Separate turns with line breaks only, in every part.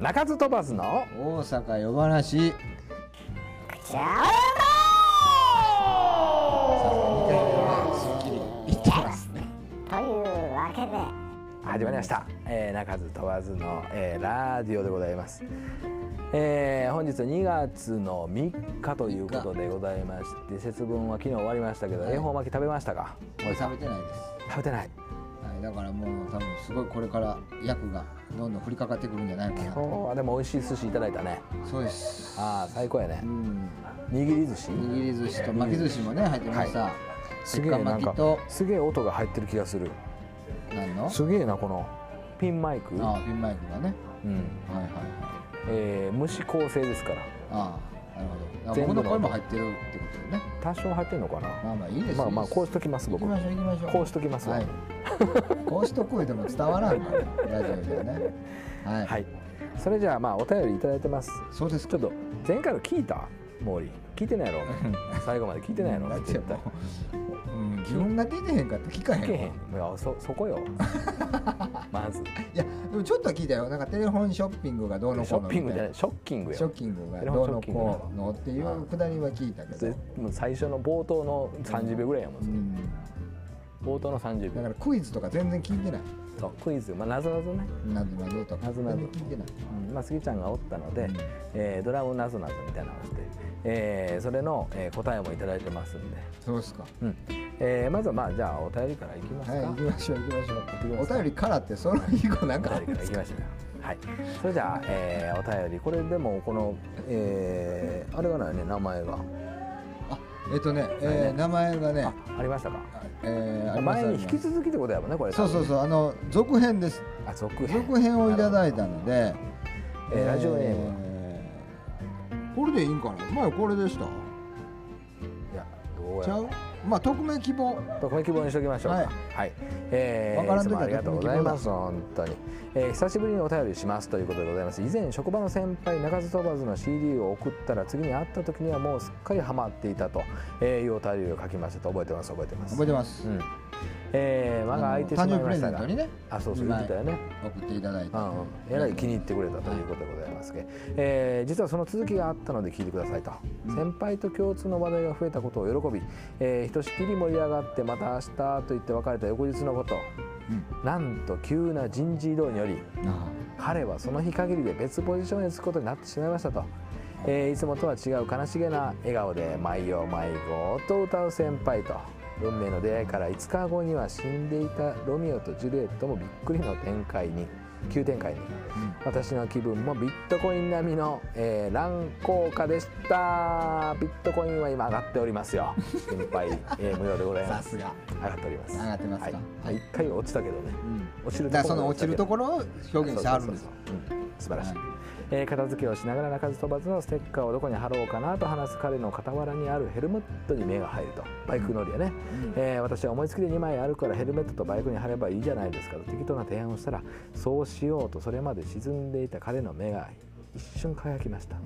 鳴かず飛ばずの
大阪夜話
チャオというわけで
始まりました、えー、鳴かず飛ばずの、えーラジオでございます、えー本日2月の3日ということでございまして節分は昨日終わりましたけど
はい
恵方巻き食べましたか
これ食べてないです、
食べてない
はい、だからもう多分すごいこれから役がどんどん降りかかってくるんじゃないかな
今日はでも美味しい寿司いただいたね
そうです
ああ最高やね
うん
握り寿司
握り寿司と巻き寿司もね入ってました、
す
せ
げ
っ
え
か
なん
巻き
か
と
すげえ音が入ってる気がする
何の
すげえなこのピンマイク
ああピンマイクがね
うん
はいはいはい
えー、虫構成ですから
ああなるほど
全
僕
部の
の声も入ってるってことでね
多少入ってんのかな
まあまあいいです
まあまあ
いいです
こうしときます
行
僕
きましょう行きましょう
こうしときますわ
はいこうしとこいでも伝わらんからラジオではねはい、
はいそれじゃあまあお便りいただいてます
そうです
ちょ
か
っと前回の聞いた毛利聞いてない やろ最後まで聞いてないやろ
だって
絶対
もう、うん、自分が出てへんかって聞かへ
聞
んわ
けへんいやそそこ よまず
いやでもちょっとは聞いたよなんかテレフォンショッピングがどうの
ショ
こう
ッ
の
ピン
み
グ
た
じゃ
い
な
ない
ショッキング
ショ
よ
ッキングが
テレフォ
ど
ン
う
ショッキ
の
ング
こうのっていうくだりは聞いたけ
ぜ
ど、
もう最初の冒頭の30秒ぐらいやもん
う
それ
ん、
冒頭の30
だか
秒
らクイズとか全然聞いてない
そうクイズまあなぞなぞね、
なぞなぞとか
なぞ
全
なぞ
然聞いてない
うんまあ、スギちゃんがおったので、
うん
えードラムなぞなぞみたいなのをして、えーそれの、えー答えもいただいてますんで、
そうですか
うんえーまずはまあじゃあお便りからいきますか、
はい行きましょう行きまし
き
ょう
ま
お
すか
便りからってその以後なんかあ
お
る
便
ん
りから
で
い
す
き
か
ましょうよはいそれじゃあ、えーお便りこれでもこの、えーあれがないね名前が
あえっとね、えー名前がね
あありましたか
えーあります
前
あり
に
ま
引
す
き続きってことやもんねこれ
そうそうそうあの続編です
あ続編
続編をいただいた
なる
ので、
ほどえーラジオネームは、
えーこれでいいんかな前これでした
いやどうや
ちゃ
ろう
うまあ匿名希望
匿名希望にしておきましょうか。
は
はいい。え
わ
え
か
ー、
らん
いつ
時は
もありがとうございます。
匿
本当に、えー久しぶりにお便りしますということでございます。以前職場の先輩鳴かず飛ばずの CD を送ったら次に会った時にはもうすっかりハマっていたと、えー、いうお便りを書きましたと覚えてます覚えてます。
覚えてます、
うん。えー、間が空いてしまい
あの誕生日プ
ま
レ
し
ゼ
た
ント
が。
にね
あ、そうそう
二
言って
枚
たよね。
送っていただい
う
て、
んうん、えらい気に入ってくれたということでございますけど、えー実はその続きがあったので聞いてくださいと、先輩と共通の話題が増えたことを喜び、えーひとしきり盛り上がってまた明日と言って別れた翌日のこと、なんと急な人事異動により
あ
彼はその日限りで別ポジションに就くことになってしまいましたと、えーいつもとは違う悲しげな笑顔で「毎夜毎号」と歌う先輩と運命の出会いから5日後には死んでいたロミオとジュリエットもびっくりの展開に急展開に、私の気分もビットコイン並みの、えー乱高下でしたビットコインは今上がっておりますよ心配、えー無料でござい
あさ
ます
すが
上がっております
上がってますか
はい
はい
一回落ちたけどね、落ち
だ
る
から
ところ
そ
ま
の
で
落ち
たけど
るところを表現してあるんです
そうそうそうそううん素晴らしい、
は
えー片付けをしながら鳴かず飛ばずのステッカーをどこに貼ろうかなと話す彼の傍らにあるヘルメットに目が入るとバイク乗りやね、えー私は思いつきで2枚あるからヘルメットとバイクに貼ればいいじゃないですかと適当な提案をしたらそうしようとそれまで沈んでいた彼の目が一瞬輝きました、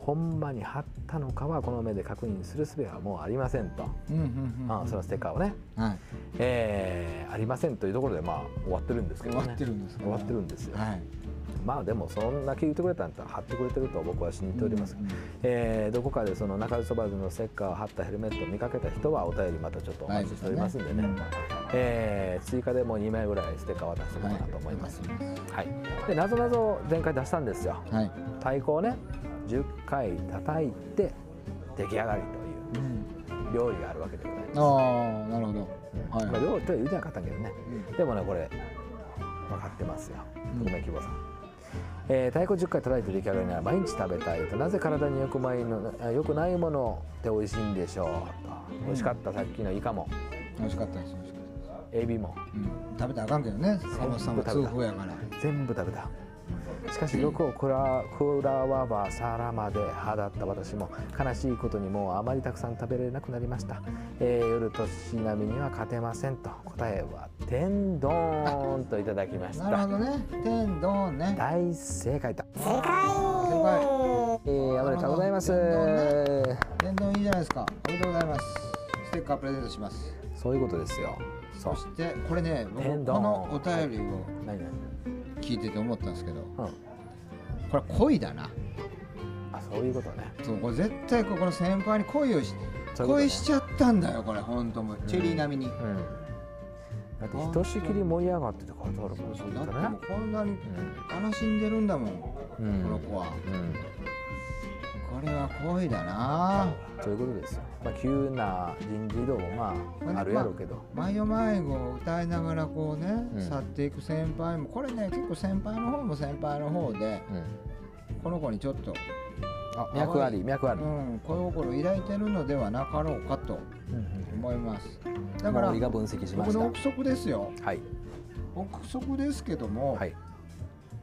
ほんまに貼ったのかはこの目で確認する術はもうありませんと、
うんうん
あーそのステッカーをね、
うんはい
えーありませんというところでまあ終わってるんですけ
終
ど、ね、
わってるんですか
終わってるんですよ、
はい
まあでもそんだけ言ってくれたんだったら貼ってくれてると僕は信じております、
うんうん
えーどこかでその中津そばのステッカーを貼ったヘルメットを見かけた人はお便りまたちょっとお待ちしておりますんでね、
はい
えー追加でもう2枚ぐらいステッカー渡しておこうかなと思います、
は
はいでなぞなぞを前回出したんですよ
はい、
太鼓をね10回叩いて出来上がりという料理があるわけでございます
ああなるほどはい、
まあ、料理とは言うてなかったんやけどね、でもねこれ分かってますよ
うん
特命希望さん、えー太鼓10回叩いて出来上がりなら毎日食べたいとなぜ体によくないのあ良くないものって美味しいんでしょうと美味しかったさっきのイカも
美味しかったです美味しかったです
エビも
うん、食べたらあかんけどね坂本さんは痛風やから
全部食べたしかし欲をくらくらわば皿まで歯だった私も悲しいことにもうあまりたくさん食べれなくなりました、えー夜年並みには勝てませんと答えは天丼といただきまし
なる
た
ほどね天丼ね
大正解だ。
世界
正
え
解
ー、おめでとうございます。
天丼いいじゃないですかおめでとうございますステッカープレゼントします
そういうことですよ。そう
そ。してこれね僕
天
こ
丼
のお便りを
何何？
聞いてて思ったんですけど
うん。
これ恋だな
あそういうことね
そうこれ絶対ここの先輩に恋をし
そういうことね
恋しちゃったんだよこれ本当もうチェリー並みに、
うんだってひとしきり盛り上がってて断るもん
そ
ね
うだってもうこんなに悲しんでるんだもん、
うん
この子は
うん
これは恋だな
ということですよ、まあ、急な人事異動もまああるやろうけど、
「マヨマイゴ」を歌いながらこうね、
うん
去っていく先輩もこれね結構先輩の方も先輩の方でこの子にちょっと、
うん、脈あり脈あ
う
り、
ん、恋心抱いてるのではなかろうかと思いますだから
毛利が分析しま
僕
し
の
た
憶測ですよ
はい
憶測ですけども、
はい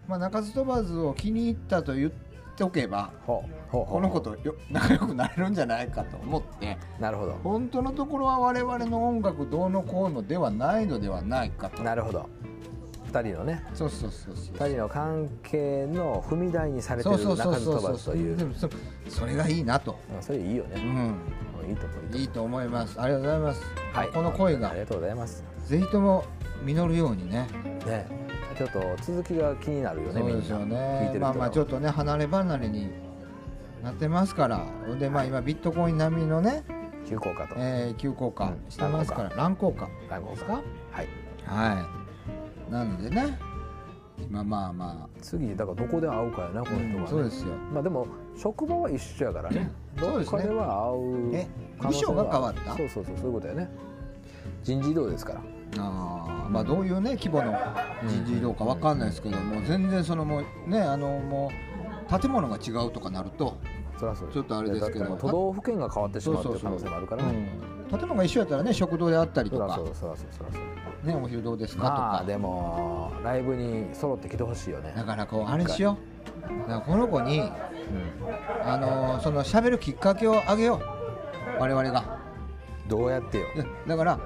まあ、中津飛ばずを気に入ったと言っておけば
ほうほうほう
この子とよ 仲良くなれるんじゃないかと思って
なるほど
本当のところは我々の音楽どうのこうのではないのではないかと
なるほど二人のね
そうそうそうそう
二人の関係の踏み台にされて
そ
る
うそうそ
中
う
津飛
そ
ば
う
ず
そ
と
う
いう
でもそそれがいいなと、
うんそれいいよ
う
ね、
ん、
うんいいと思う
いいと思いますありがとうございます、
はい
この声が
ありがとうございます
ぜひとも実るようにね
ねちょっと続きが気になるよね
そうですよ
みんな聞いてる
ね
人
まあまあちょっ
と
とね離れ離れになってますからでまあ今ビットコイン並みのね、
急降下と、
えー急降下
うん
してますから乱高下
乱高
です
下
か
はい
はいなのでねまあまあま
次だからどこで会うかよねこの
あ、
人が、
うん
ね
そうですよ
まあでも職場は一緒やからね。
そう
どっ
です
か
ね
では会う
え
可能性は。
部署が変わった
そうそうそうそういうことやね。人事異動ですから。
あーまあどういうね規模の人事異動かわかんないですけども全然そのもうねあのもう建物が違うとかなると
そらそうよ
ちょっとあれですけど
だって都道府県が変わってしまうっていう可能性もあるからね。
うん建物が一緒やったらね食堂であったり
そ
と
ら
か
そうそらそうそらそう。
ねお昼どうですかと
まあ
か
でもライブに揃って来てほしいよね。
だからこうあれしようだからこの子に
うん
あのーその喋るきっかけをあげよう我々が
どうやってよ。
いやだから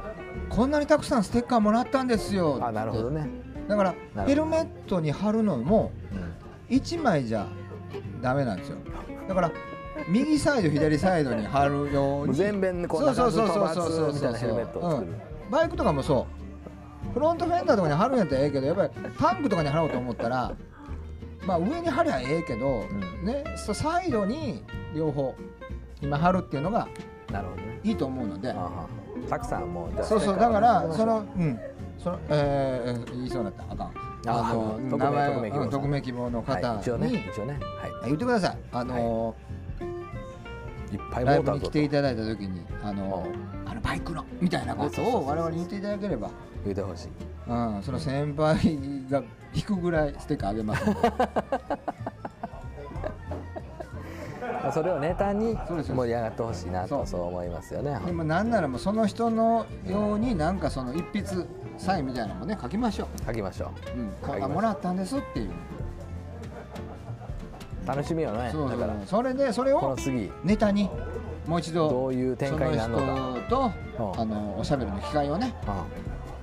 こんなにたくさんステッカーもらったんですよ
あなるほどね。
だから
ほど
ヘルメットに貼るのも
うん
1枚じゃダメなんですよだから右サイド左サイドに貼るように
全面こんな感じの飛ばすみたいなヘルメットを作る。
うんバイクとかもそうフロントフェンダーとかに貼るんやったらええけどやっぱりタンクとかに貼ろうと思ったらまあ上に貼りゃええけど、
ん
ねそうサイドに両方今貼るっていうのが
なるほどね。
いいと思うので
あはたくさんもうじゃあ
そうそう
ステッカー
だから
を
そのうんそのえー、言いそうになったあかん
あ
の
匿名
名
匿名希望さ
前を
ん
うん匿名希望の方
はい
に、
一応ね一応ねはい。
あ言ってくださいあの
いっぱい
ー、ライ
も
ブ
ら
に
う
来
ぞと
ていただいた時にあのー、あのバイクのみたいなこと
あそうそうそうそ
を
う
我々に言っていただければ
言うてほしい
うん、その先輩が引くぐらいステッカーあげますので
まあそれをネタに
そうです
盛り上がってほしいな
そ
と
う
そう思いますよね
でもなんならもうその人のようになんかその一筆サインみたいなのもね書きましょ
書きましょ
う、うん、
書きましょう
あもらったんですっていう
う楽しみよね
そうそ
だ
う
から
それでそれ
こ
を
の次
ネタにもう一度
どういう展開になるのか
その人と
うん
あのおしゃべりの機会をね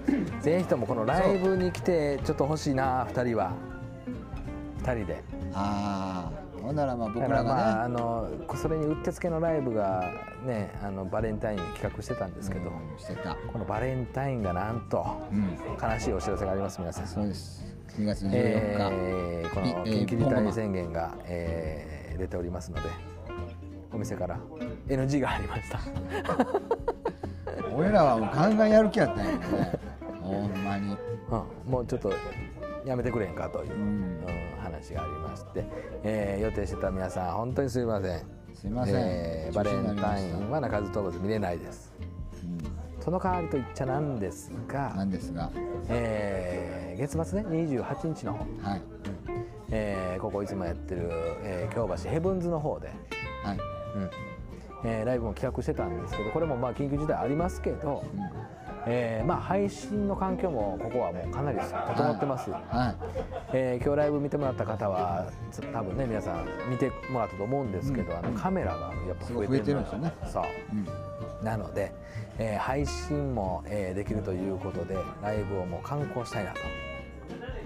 うんぜひともこのライブに来てちょっと欲しいな2人は2人で
ああほんならまあ僕
だかららまあ
が
あ
ね
のそれにうってつけのライブがねあのバレンタインに企画してたんですけど
うんしてた、
このバレンタインがなんと
うん、
悲しいお知らせがあります皆さん
そうです2月24日、
えーこの
いえー
緊急事態宣言が、えー出ておりますのでお店から NG が入りました
俺らはもうガンガンやる気やったんやけどねほんまに
うんもうちょっとやめてくれんかという、
うん
うん話がありまして、えー予定してた皆さん本当にすいません
すいません
えーバレンタインは鳴かず飛ばず見れないです
う
その代わりと言っちゃなんです
んな
が、
んですが
えー月末ね28日の方、
はい
えーここいつもやってる、えー京橋ヘブンズの方で
はい、
うんえーライブも企画してたんですけどこれもまあ緊急事態ありますけど、えーまあ、配信の環境もここはもうかなり整ってます、
は
えー今日ライブ見てもらった方はつ多分ね皆さん見てもらったと思うんですけど、あのカメラがやっぱ増えてるの
すごい増えてるんです
そう
い、うん、
なので、えー配信も、えーできるということでライブをもう観光したいなと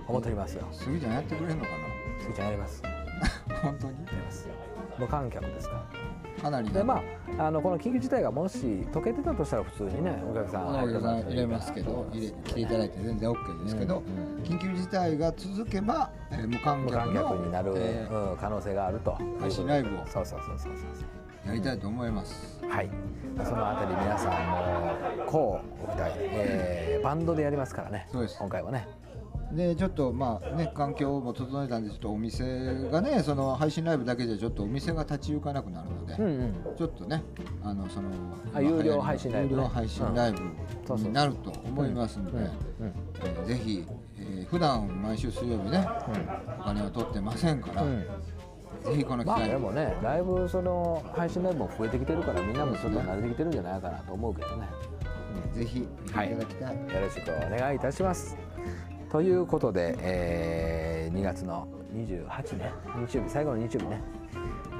思っておりますよ
すぐじゃんやってくれんのか
すぎちゃんやりますや
な本当に
ります無観客ですから
かなり
でまああのこの緊急事態がもし解けてたとしたら普通にねお客さん
お客さん入れますけど入れ来ていただいて全然 OK ですけど、
うん
緊急事態が続けば、えー無観
無
客
観
の
客になる、
え
うん、可能性があると
配信ライブを
そうそうそうそうそう
ーやりたいと思います。
はい、そのあたり皆さんもこうご期待、えーバンドでやりますからね
そうです
今回はね
でちょっとまあね環境も整えたんでちょっとお店がねその配信ライブだけじゃちょっとお店が立ち行かなくなるので、
うんうん
ちょっとねあのその
あ有料配信ライブね
有料配信ライ
そう
ブ
そう
になると思いますので、
うんうん
えーぜひ、えー普段毎週水曜日ね、お金を取ってませんから、
うん
ぜひこの機
まあ
会
で
に、
もねだいぶその配信ライブも増えてきてるからみんなもちょっと慣れてきてるんじゃないかなと思うけどね
ぜひ見ていただきたい
よろしくお願いいたしますということで、えー2月の28ね日曜日最後の日曜日ね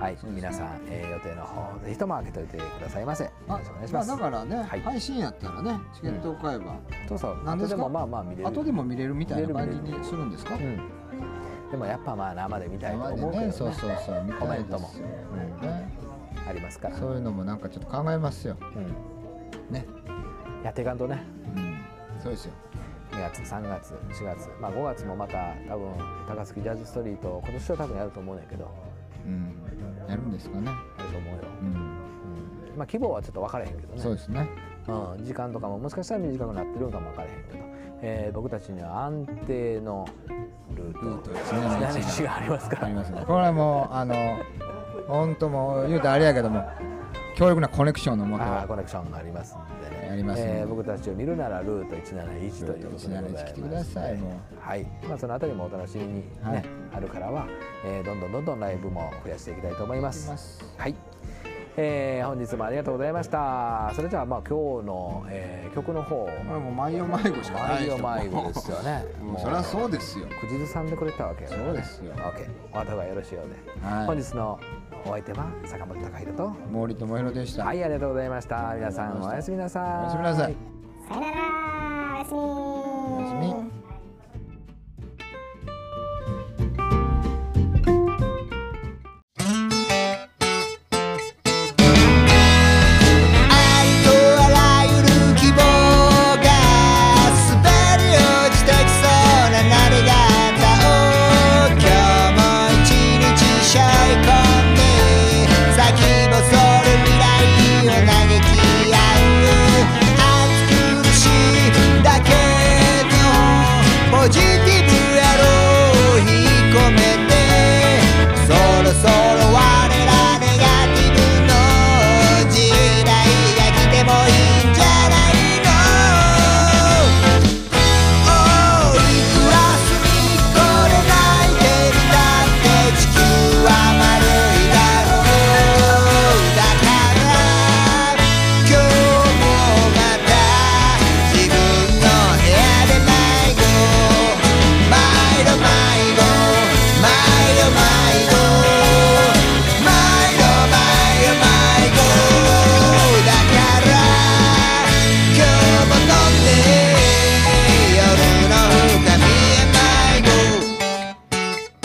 はい、
うですね
皆さん、えー予定の方ぜひとも開けておいてくださいませよ
まあ
ろしくお願いします、
まあだからね、
はい
配信やったらねチケットを買えば、
そうそう
何ですか
後でもまあまあ見れる
後でも見れるみたいな感じ
見れる
にするんですか、
うん、でもやっぱまあ生で見たいと
今まで
思うけど、ね
ねそうそうそう見
コ
た
メ
い
ン
です
ト
よ
も、
ね
ありますから、
そういうのもなんかちょっと考えますよ
うん、
ね、
やっていかんとね
うん、そうですよ
2月3月4月、まあ、5月もまた多分高槻ジャズストリート今年は多分やると思うねんだけど
うんやるんですかね
やると思うよ、
うん
うんまあ、規模はちょっと分からへんけどね
そうですね
うん、時間とかももしかしたら短くなってるのかも分からへんけど、えー僕たちには安定のルート
ルートね
な道がありますか
あ
ら
りますねこれはもうあの本当もう言うたらあれやけども強力なコネクションのもと
あーコネクションがありますんでね
ありますね
えー僕たちを見るならルート171ということでございます
171来てくださいも
はいまあ、そのあたりもお楽しみに、ね
はい
あるからは、えーどんどんどんどんライブも増やしていきたいと思います
ます
はい、えー本日もありがとうございましたそれじゃあまあ今日の、えー曲の方
これもう毎夜迷子しか
毎
ないでしょ
夜迷子ですよね
もうそりゃそうですよ
くじずさんでくれたわけよ
そうですよ
OK お後がよろしいようで、
はい
本日のお相手は坂本貴弘と
毛利智弘でした、
はい、ありがとうございました。皆さん、おやすみなさい。
おやすみなさい
さよならおやすみ
おやすみ
ありとあらゆる希望が滑り落ちてきそうな波形を今日も一日背負い込んで先細る未来を嘆き合う暑苦しいだけどポジティブやろう引っ込めてそろそろ我らネガティブの時代が来てもいいんじゃないのおういくら隅っこで泣いてみたって地球は丸いだろうだから今日もまた自分の部屋で迷子毎度迷子毎度迷子毎度毎度迷子だから今日も飲んで夜の深みへ迷子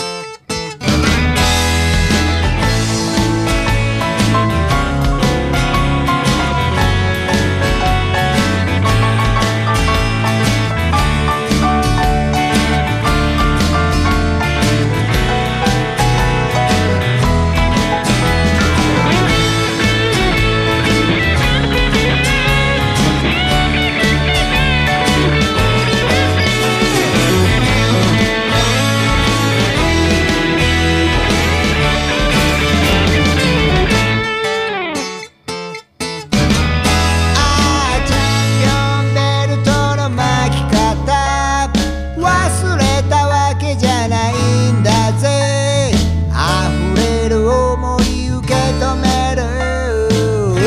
あーちゃん呼んでるとの巻き方忘れたわけじゃないんだぜ溢れる思い受け止める器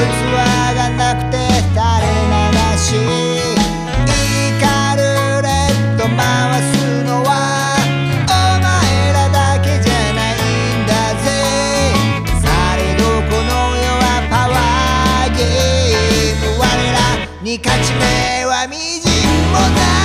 がなくて垂れ流し怒るレッド回すのはお前らだけじゃないんだぜされどこの世はパワーゲーム我らに勝ち目はみじんもない